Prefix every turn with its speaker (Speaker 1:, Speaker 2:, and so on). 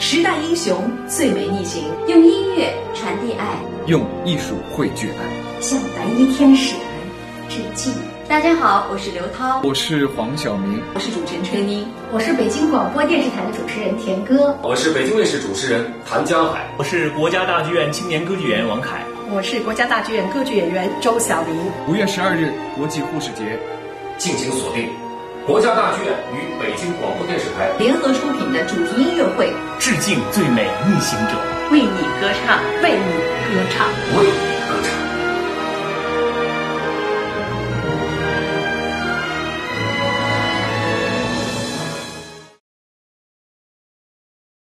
Speaker 1: 时代英雄最为逆行，
Speaker 2: 用音乐传递爱，
Speaker 3: 用艺术汇聚爱。
Speaker 4: 向白衣天使们致敬。
Speaker 2: 大家好，我是刘涛，
Speaker 3: 我是黄晓明，
Speaker 1: 我是主持人春妮。
Speaker 4: 我是北京广播电视台的主持人田歌，
Speaker 5: 我是北京卫视主持人谭江海，
Speaker 6: 我是国家大剧院青年歌剧演员王凯。
Speaker 7: 我是国家大剧院歌剧演员周晓玲。
Speaker 3: 五月十二日国际护士节，
Speaker 5: 敬请锁定国家大剧院与北京广播电视台。
Speaker 1: 联合出品的主题音乐会，
Speaker 6: 致敬最美逆行者。
Speaker 8: 为你歌唱。
Speaker 7: 为你歌唱。
Speaker 5: 为